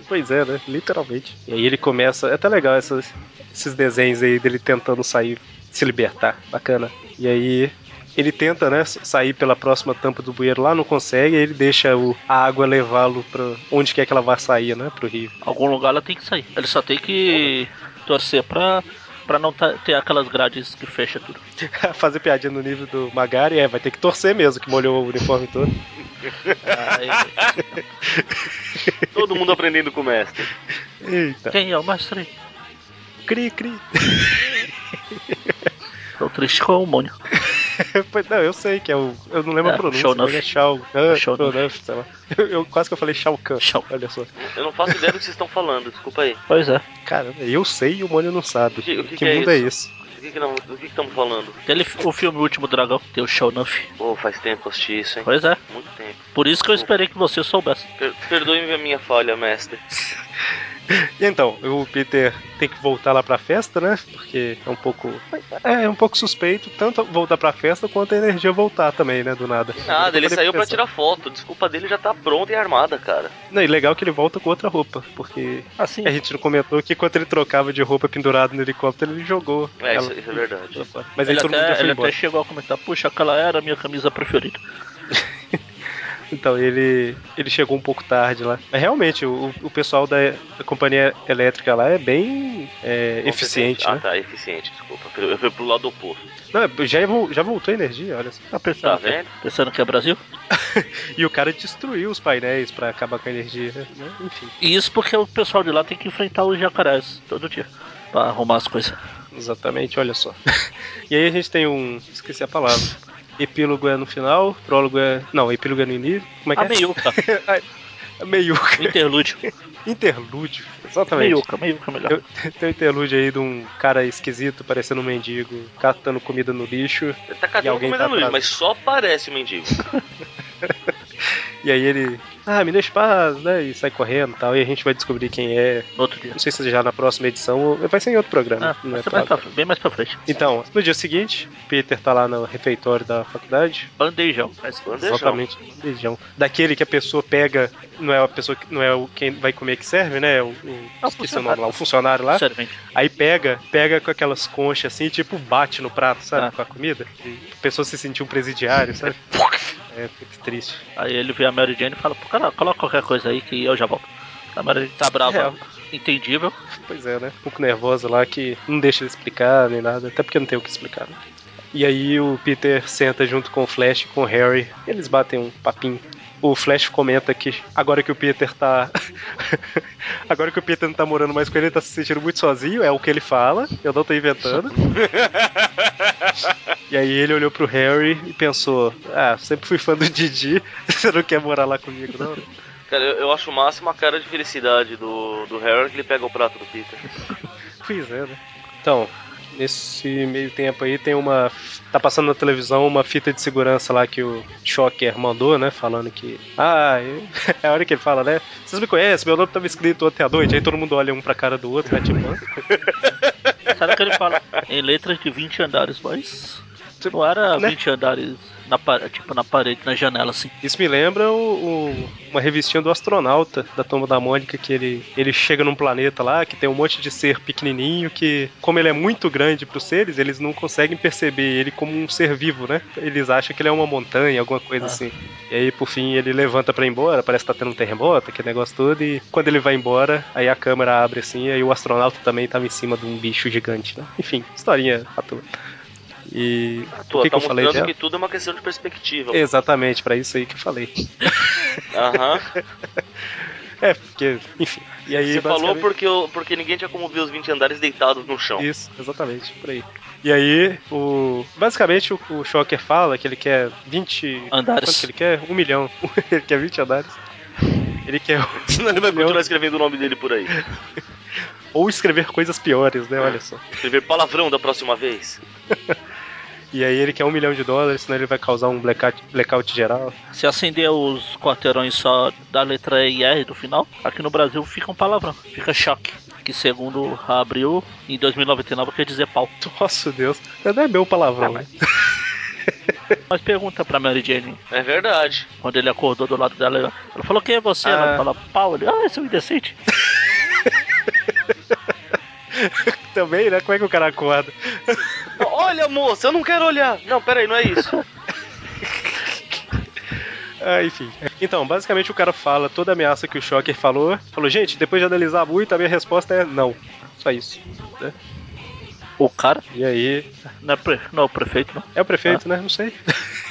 S1: Pois é, né? Literalmente. E aí ele começa. É até legal essas- esses desenhos aí dele tentando sair, se libertar. Bacana. E aí. Ele tenta, né, s- sair pela próxima tampa do bueiro lá, não consegue, aí ele deixa o- a água levá-lo pra onde quer que ela vá sair, né, pro rio.
S2: Algum lugar ela tem que sair. Ele só tem que torcer pra, pra não ta- ter aquelas grades que fecha tudo.
S1: Fazer piadinha no nível do Magari, é, vai ter que torcer mesmo, que molhou o uniforme todo.
S2: Aí,
S3: Todo mundo aprendendo com o mestre.
S1: Eita,
S2: quem é o mestre?
S1: cri, cri.
S2: Tô triste com o Mônio.
S1: Pois não, eu sei que é o. Eu não lembro
S2: É,
S1: a pronúncia,
S2: Shonuff.
S1: mas é Shao. Ah,
S2: Shonuff.
S1: Shonuff, sei lá. Eu, eu quase que eu falei Shao Kahn.
S2: Shao.
S1: Olha só.
S3: Eu não faço ideia do que vocês estão falando, desculpa aí.
S2: Pois é.
S1: Caramba, eu sei e o Mônio não sabe.
S3: O que- o que que é
S1: mundo é esse?
S3: Do que que não- do que estamos falando?
S2: Aquele, fi- o filme Último Dragão, tem o Shownuff.
S3: Pô, faz tempo que eu assisti isso, hein?
S2: Pois é.
S3: Muito tempo.
S2: Por isso que eu esperei que você soubesse.
S3: Per- Perdoe-me a minha falha, mestre.
S1: E Então, o Peter tem que voltar lá pra festa, né? Porque é um pouco. É, é um pouco suspeito, tanto voltar pra festa quanto a energia voltar também, né? Do nada.
S3: Nada, ele
S1: Parei
S3: saiu pra
S1: pensar.
S3: tirar foto. Desculpa dele já tá pronta e armada, cara.
S1: Não, e legal que ele volta com outra roupa, porque
S2: Assim.
S1: a gente não comentou que quando ele trocava de roupa pendurado no helicóptero, ele jogou.
S3: É,
S1: ela
S3: isso, isso é verdade.
S1: pra fora. Mas aí
S2: Ele,
S1: todo mundo já
S2: até,
S1: foi
S2: ele
S1: embora.
S2: até chegou a comentar, puxa, aquela era a minha camisa preferida.
S1: Então, ele, ele chegou um pouco tarde lá. Mas realmente, o, o pessoal da, da companhia elétrica lá é bem é, eficiente,
S3: Ah,
S1: né?
S3: tá, eficiente, desculpa. Eu fui pro lado oposto.
S1: Não, é, já, evol- já voltou a energia, olha só.
S2: Tá
S3: Tá
S1: Ah,
S2: pensando,
S1: né?
S2: que-
S3: vendo?
S2: pensando que é Brasil?
S1: E o cara destruiu os painéis pra acabar com a energia, né? Enfim,
S2: E isso porque o pessoal de lá tem que enfrentar os jacarés todo dia pra arrumar as coisas.
S1: exatamente, olha só. e aí a gente tem um. Esqueci a palavra. Epílogo é no final, prólogo é. Não, epílogo é no início. Como é
S2: A
S1: que
S2: Ah, meiuca,
S1: é? Ai, a meiuca.
S2: o interlúdio.
S1: Interlúdio, exatamente.
S2: meiuca, meiuca é melhor.
S1: Tá Eu- Tem um interlúdio aí de um cara esquisito, parecendo um mendigo, catando comida no lixo.
S3: Ele tá
S1: E
S3: catando
S1: alguém
S3: comida
S1: tá
S3: no lixo,
S1: atrás.
S3: mas só parece um mendigo.
S1: E aí ele. Ah, me deixa em paz, né? E sai correndo e tal. E a gente vai descobrir quem é.
S2: No outro dia.
S1: Não sei se já na próxima edição ou. Vai ser em outro programa.
S2: Ah,
S1: não é
S2: mas
S1: pra-
S2: mais pra, bem mais pra frente.
S1: Então, no dia seguinte, Peter tá lá no refeitório da faculdade.
S2: Bandejão. Mas
S3: Bandejão.
S1: Exatamente, bandejão. Daquele que a pessoa pega, não é a pessoa que não é o quem vai comer que serve, né?
S3: É
S1: O, o,
S2: Ah, o
S1: esqueci o
S2: funcionário.
S1: nome lá, o funcionário lá.
S2: servente.
S1: Aí pega, pega com aquelas conchas assim, tipo bate no prato, sabe?
S2: Ah.
S1: Com a comida. E a pessoa se sentiu um presidiário, sabe? É muito triste.
S2: Aí ele vê a Mary Jane e fala, pô, cara, coloca qualquer coisa aí que eu já volto. A Mary Jane tá brava,
S1: É.
S2: entendível.
S1: Pois é, né? Um pouco nervosa lá que não deixa ele explicar nem nada, até porque não tem o que explicar, né? E aí o Peter senta junto com o Flash e com o Harry, eles batem um papinho. O Flash comenta que agora que o Peter tá. agora que o Peter não tá morando mais com ele, ele tá se sentindo muito sozinho, é o que ele fala, eu não tô inventando. e aí ele olhou pro Harry e pensou: Ah, sempre fui fã do Didi, você não quer morar lá comigo, não?
S3: Cara, eu, eu acho o máximo a cara de felicidade do, do Harry que ele pega o prato do Peter.
S1: Pois é, né? Então, nesse meio tempo aí tem uma. Tá passando na televisão uma fita de segurança lá que o Shocker mandou, né? Falando que. Ah, eu- é a hora que ele fala, né? Vocês me conhecem, meu nome tava escrito ontem à noite, aí todo mundo olha um pra cara do outro, né? Tipo, "Hã?"
S2: Será que ele fala em letras de 20 andares, mas.
S1: Tipo,
S2: Não era
S1: né?
S2: 20 andares na pa- tipo na parede, na janela, assim.
S1: isso me lembra o- o- uma revistinha do astronauta da Toma da Mônica, que ele, ele chega num planeta lá que tem um monte de ser pequenininho que, como ele é muito grande pros seres, eles não conseguem perceber ele como um ser vivo, né? Eles acham que ele é uma montanha, alguma coisa
S2: Ah.
S1: assim. E aí, por fim, ele levanta pra ir embora, parece que tá tendo um terremoto, aquele negócio todo, e quando ele vai embora, aí a câmera abre assim, e aí o astronauta também tava em cima de um bicho gigante, né? Enfim, historinha à toa. E
S3: Tô,
S1: por que,
S3: tá
S1: que eu falei dela?
S3: mostrando que tudo é uma questão de perspectiva.
S1: Exatamente, pra isso aí que eu falei.
S3: Aham.
S1: É, porque, enfim. E aí,
S3: Você falou
S1: basicamente,
S3: porque, eu- porque ninguém tinha como ver os 20 andares deitados no chão.
S1: Isso, exatamente, por aí. E aí, o. Basicamente, o, o Shocker fala que ele quer 20.
S2: Andares.
S1: Quanto que ele quer? Um milhão. ele quer 20 andares. Ele quer.
S3: Senão ele vai
S1: um milhão.
S3: continuar escrevendo o nome dele por aí.
S1: Ou escrever coisas piores, né? Olha só.
S3: Escrever palavrão da próxima vez.
S1: E aí ele quer um milhão de dólares, senão ele vai causar um blackout, blackout geral.
S2: Se acender os quarteirões só da letra E e R do final, aqui no Brasil fica um palavrão, fica choque. Que segundo a Abril, em 2099 quer dizer pau.
S1: Nossa Deus, não é meu palavrão.
S2: Ah,
S1: né?
S2: Mas pergunta pra Mary Jane,
S3: É verdade.
S2: quando ele acordou do lado dela, ela falou: Quem é você? Ela
S1: Ah.
S2: fala: Pau. Ele, ah, seu indecente.
S1: Também, né? Como é que o cara acorda?
S3: Olha, moça, eu não quero olhar. Não, peraí, não é isso.
S1: Ah, enfim. Então, basicamente o cara fala toda a ameaça que o Shocker falou. Falou, gente, depois de analisar muito, a minha resposta é não. Só isso. né?
S2: O cara,
S1: E aí.
S2: não é, pre- não é o prefeito, não.
S1: É o
S2: Ah.
S1: prefeito, né? Não sei.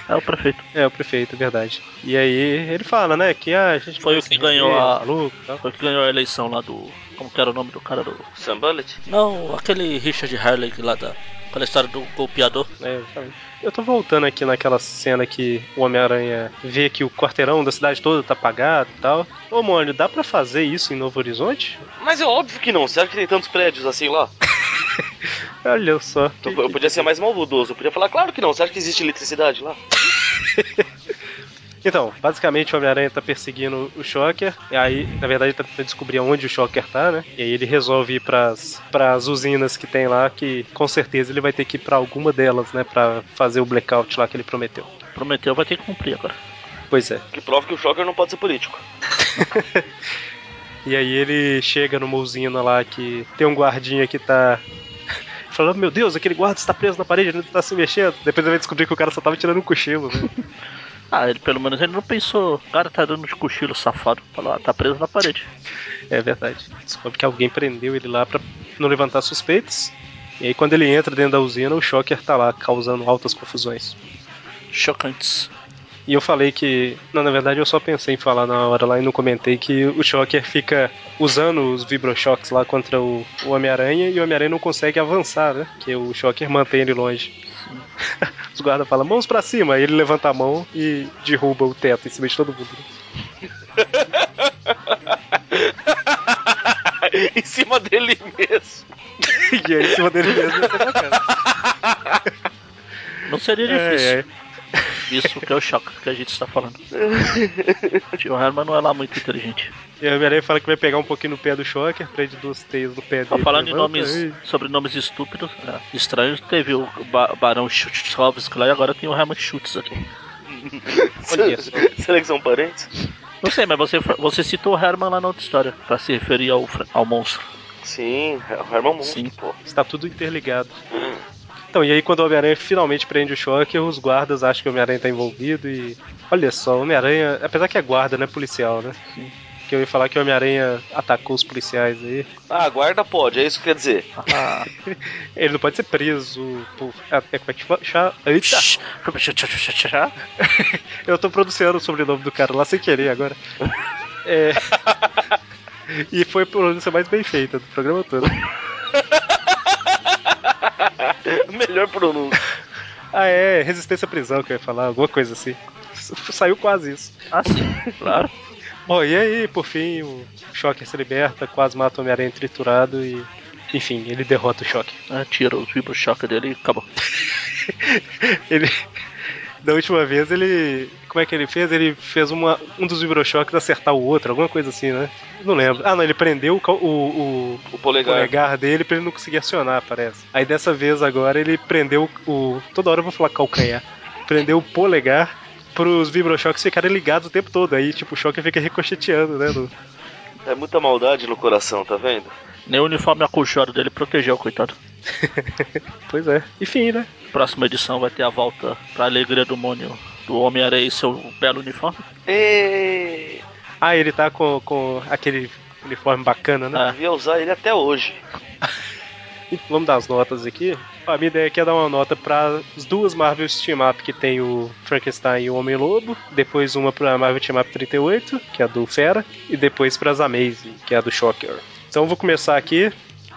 S2: É o prefeito.
S1: É, o prefeito, é verdade. E aí ele fala, né, que ah, a gente
S2: Foi o que ganhou a-
S1: maluco, e tal.
S2: Foi o que ganhou a eleição lá do. Como que era o nome do cara do.
S3: Sam Bullet?
S2: Não, aquele Richard Harley lá da. Aquela história do golpeador.
S1: É, exatamente. Eu tô voltando aqui naquela cena que o Homem-Aranha vê que o quarteirão da cidade toda tá apagado e tal. Ô, Mônio, dá pra fazer isso em Novo Horizonte?
S3: Mas é óbvio que não. Será que tem tantos prédios assim lá?
S1: Olha só. que-
S3: Eu, eu podia ser mais maldoso. Eu podia falar, claro que não. Será que existe eletricidade lá?
S1: Então, basicamente o Homem-Aranha tá perseguindo o Shocker, e aí, na verdade, tá tentando descobrir onde o Shocker tá, né? E aí ele resolve ir pras, pras usinas que tem lá, que com certeza ele vai ter que ir pra alguma delas, né? Pra fazer o blackout lá que ele prometeu.
S2: Prometeu, vai ter que cumprir agora.
S1: Pois é.
S3: Que prova que o Shocker não pode ser político.
S1: E aí ele chega numa usina lá que tem um guardinha que tá. Falando, meu Deus, aquele guarda está preso na parede, ele não tá se mexendo. Depois ele vai descobrir que o cara só tava tirando um cochilo, né?
S2: Ah, ele pelo menos ele não pensou. O cara tá dando uns cochilos safado. Falou, ah, tá preso na parede.
S1: É verdade. Descobre que alguém prendeu ele lá pra não levantar suspeitas. E aí quando ele entra dentro da usina, o Shocker tá lá causando altas confusões.
S2: Chocantes.
S1: E eu falei que, não, na verdade eu só pensei em falar na hora lá e não comentei que o Shocker fica usando os Vibroshocks lá contra o, o Homem-Aranha e o Homem-Aranha não consegue avançar, né? Porque o Shocker mantém ele longe. os guardas falam, mãos pra cima, aí ele levanta a mão e derruba o teto em cima de todo mundo.
S3: em cima dele mesmo.
S1: e aí em cima dele mesmo ele tá tocando.
S2: Não seria difícil.
S1: É, é.
S2: Isso que é o choque que a gente está falando. Tio Herman não é lá muito inteligente.
S1: E o Homem-Aranha fala que vai pegar um pouquinho no pé do Shocker, prende duas teias no pé dele.
S2: Só
S1: tá
S2: falando em
S1: levanta
S2: nomes,
S1: e-
S2: sobrenomes estúpidos, é, estranhos, teve o ba Barão Schutzovski lá e agora tem o Herman Schutz aqui.
S1: Olha só.
S3: Será que são parentes?
S2: Não sei, mas você, você citou o Herman lá na outra história, pra se referir ao, fra- ao monstro.
S3: Sim, é o Herman Moon.
S2: Sim.
S3: pô.
S1: Está tudo interligado. Então, e aí quando o Homem-Aranha finalmente prende o Shocker, os guardas acham que o Homem-Aranha tá envolvido e. Olha só, o Homem-Aranha. Apesar que é guarda, né? Policial, né?
S2: Sim.
S1: Que eu ia falar que o Homem-Aranha atacou os policiais aí.
S3: Ah, guarda pode, é isso que quer dizer.
S2: Ah,
S1: Ele não pode ser preso por. É, é como é que fala? Chá- Eita! Eu tô pronunciando o sobrenome do cara lá sem querer agora. É. E foi a pronúncia mais bem feita do programa todo.
S3: Melhor pronúncio.
S1: Ah, é, resistência à prisão que eu ia falar, alguma coisa assim. S- Saiu quase isso.
S2: ah, sim, claro.
S1: Bom, e aí, por fim, o Shocker se liberta, quase mata o Homem-Aranha triturado e. Enfim, ele derrota o Shocker.
S2: Ah, tira o Triple Shock dele e acabou.
S1: Ele. Da última vez ele. Como é que ele fez? Ele fez uma, um dos vibrochoques acertar o outro, alguma coisa assim, né? Não lembro. Ah, não, ele prendeu o, cal- o, o
S3: O polegar.
S1: polegar dele pra ele não conseguir acionar, parece. Aí dessa vez agora ele prendeu o. Toda hora eu vou falar calcanhar. prendeu o polegar pros vibrochoques ficarem ligados o tempo todo. Aí, tipo, o choque fica ricocheteando, né? no-
S3: É muita maldade no coração, tá vendo?
S2: Nem o uniforme acolchoado dele protegeu, coitado.
S1: Pois é. Enfim, né?
S2: Próxima edição vai ter a volta pra alegria do Mônio, do Homem-Aranha e seu belo uniforme.
S3: E...
S1: Ah, ele tá com, com aquele uniforme bacana, né?
S2: Ah.
S3: Devia usar ele até hoje.
S1: Vamos dar as notas aqui. A minha ideia aqui é dar uma nota para as duas Marvel Team Up que tem o Frankenstein e o Homem-Lobo, depois uma para Marvel Team Up 38, que é a do Fera, e depois para as Amazing, que é a do Shocker. Então eu vou começar aqui.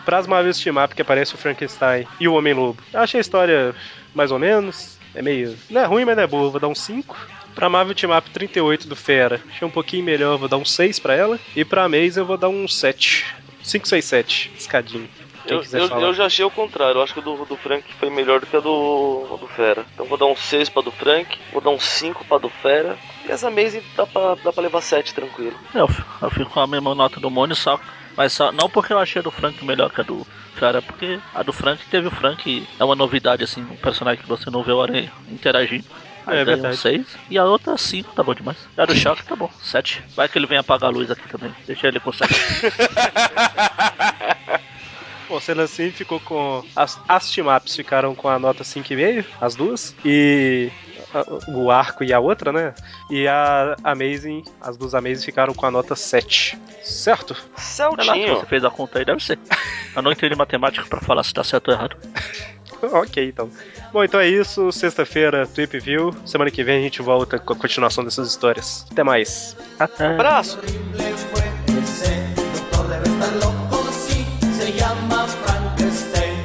S1: Pras Marvels Team Up, que aparece o Frankenstein e o Homem-Lobo. Achei a história mais ou menos. É meio. Não é ruim, mas não é boa. Vou dar um 5. Pra Marvel Team Up 38 do Fera, achei um pouquinho melhor, vou dar um 6 pra ela. E pra Maze eu vou dar um 7. 5, 6, 7. Escadinho. Quem
S3: Eu,
S1: quiser
S3: eu-
S1: falar.
S3: eu já achei o contrário, eu acho que o do, do Frank foi melhor do que o do, do Fera. Então vou dar um 6 pra do Frank, vou dar um 5 pra do Fera. E essa Maze dá pra, dá pra levar 7 tranquilo.
S2: É, Eu, f- eu fico com a mesma nota do Mônio, só, mas só, não porque eu achei a do Frank melhor que a do Fera, é porque a do Frank teve o Frank, e é uma novidade, assim, um personagem que você não vê o Aranha interagindo. Aí
S1: É
S2: ganha
S1: verdade.
S2: Um 6, e a outra 5, tá bom demais. E a do Choque, tá bom, 7. Vai que ele vem apagar a luz aqui também, deixa ele com 7.
S1: Bom, sendo assim, ficou com. As, as team-ups ficaram com a nota 5,5, as duas. E. a- o arco e a outra, né? E a Amazing, as duas Amazing ficaram com a nota 7. Certo?
S3: Um
S2: Sei lá, se
S3: Celtinho!
S2: você fez a conta aí, deve ser. Eu não entendi matemática pra falar se tá certo ou errado.
S1: ok, então. Bom, então é isso. Sexta-feira, Tweep View. Semana que vem a gente volta com a continuação dessas histórias. Até mais.
S2: Até.
S3: Abraço!
S4: horrible fue ese doctor debe estar loco sí se llama Frankenstein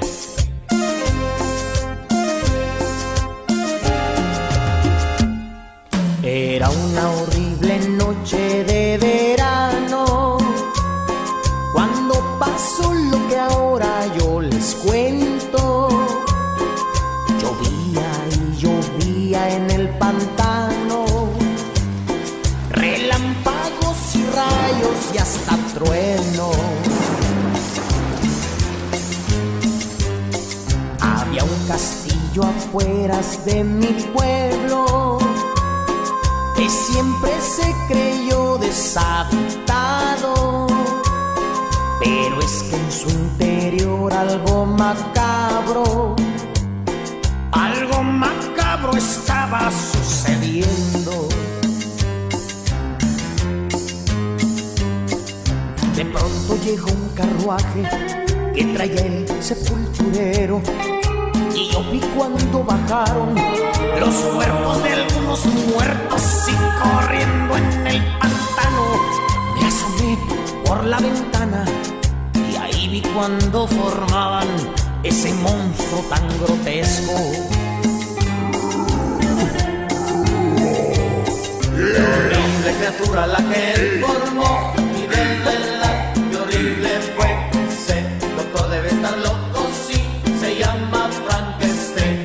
S4: Era una horrible noche de verano cuando pasó lo que ahora yo les cuento Llovía y llovía en el pantano relámpagos y rayos y hasta truenos. Había un castillo afueras de mi pueblo que siempre se creyó deshabitado, pero es que en su interior algo macabro, algo macabro estaba sucediendo. De pronto llegó un carruaje que traía el sepulturero. Y yo vi cuando bajaron los cuerpos de algunos muertos y corriendo en el pantano. Me asomé por la ventana y ahí vi cuando formaban ese monstruo tan grotesco. horrible criatura la que él formó y de verdad y horrible fue ese doctor debe estar loco sí se llama Frankenstein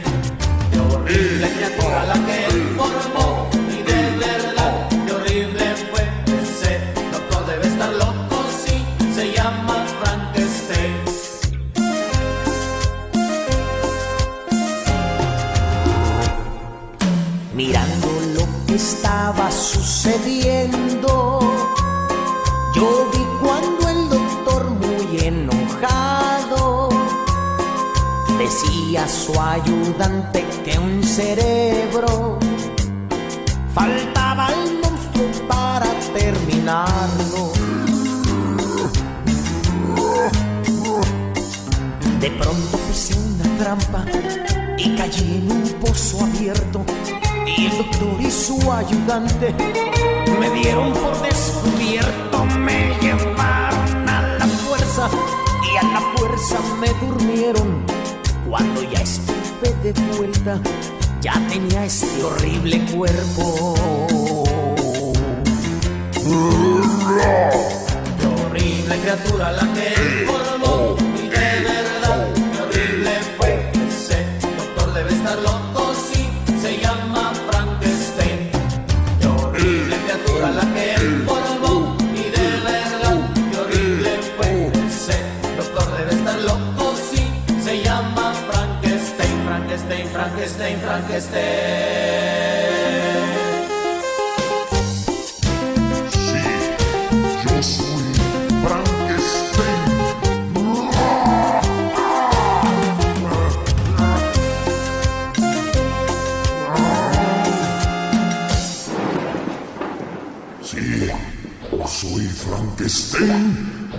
S4: qué horrible criatura la que él formó y de verdad y horrible fue ese doctor debe estar loco sí se llama Frankenstein mirando lo que estaba sucediendo. Yo vi cuando el doctor muy enojado decía a su ayudante que un cerebro faltaba al monstruo para terminarlo. De pronto pisé una trampa y caí en un pozo abierto. Y el doctor y su ayudante me dieron por descubierto. Me llevaron a la fuerza y a la fuerza me durmieron. Cuando ya estuve de vuelta, ya tenía este horrible cuerpo. Qué horrible criatura la que él formó y de verdad qué horrible fue ese doctor debe estar loco sí se llama Frankenstein qué horrible criatura la que él formó y de verdad qué horrible fue ese doctor debe estar loco sí se llama Frankenstein Frankenstein Frankenstein Frankenstein
S5: Sí, yo soy Frankenstein. Sí, yo soy Frankenstein.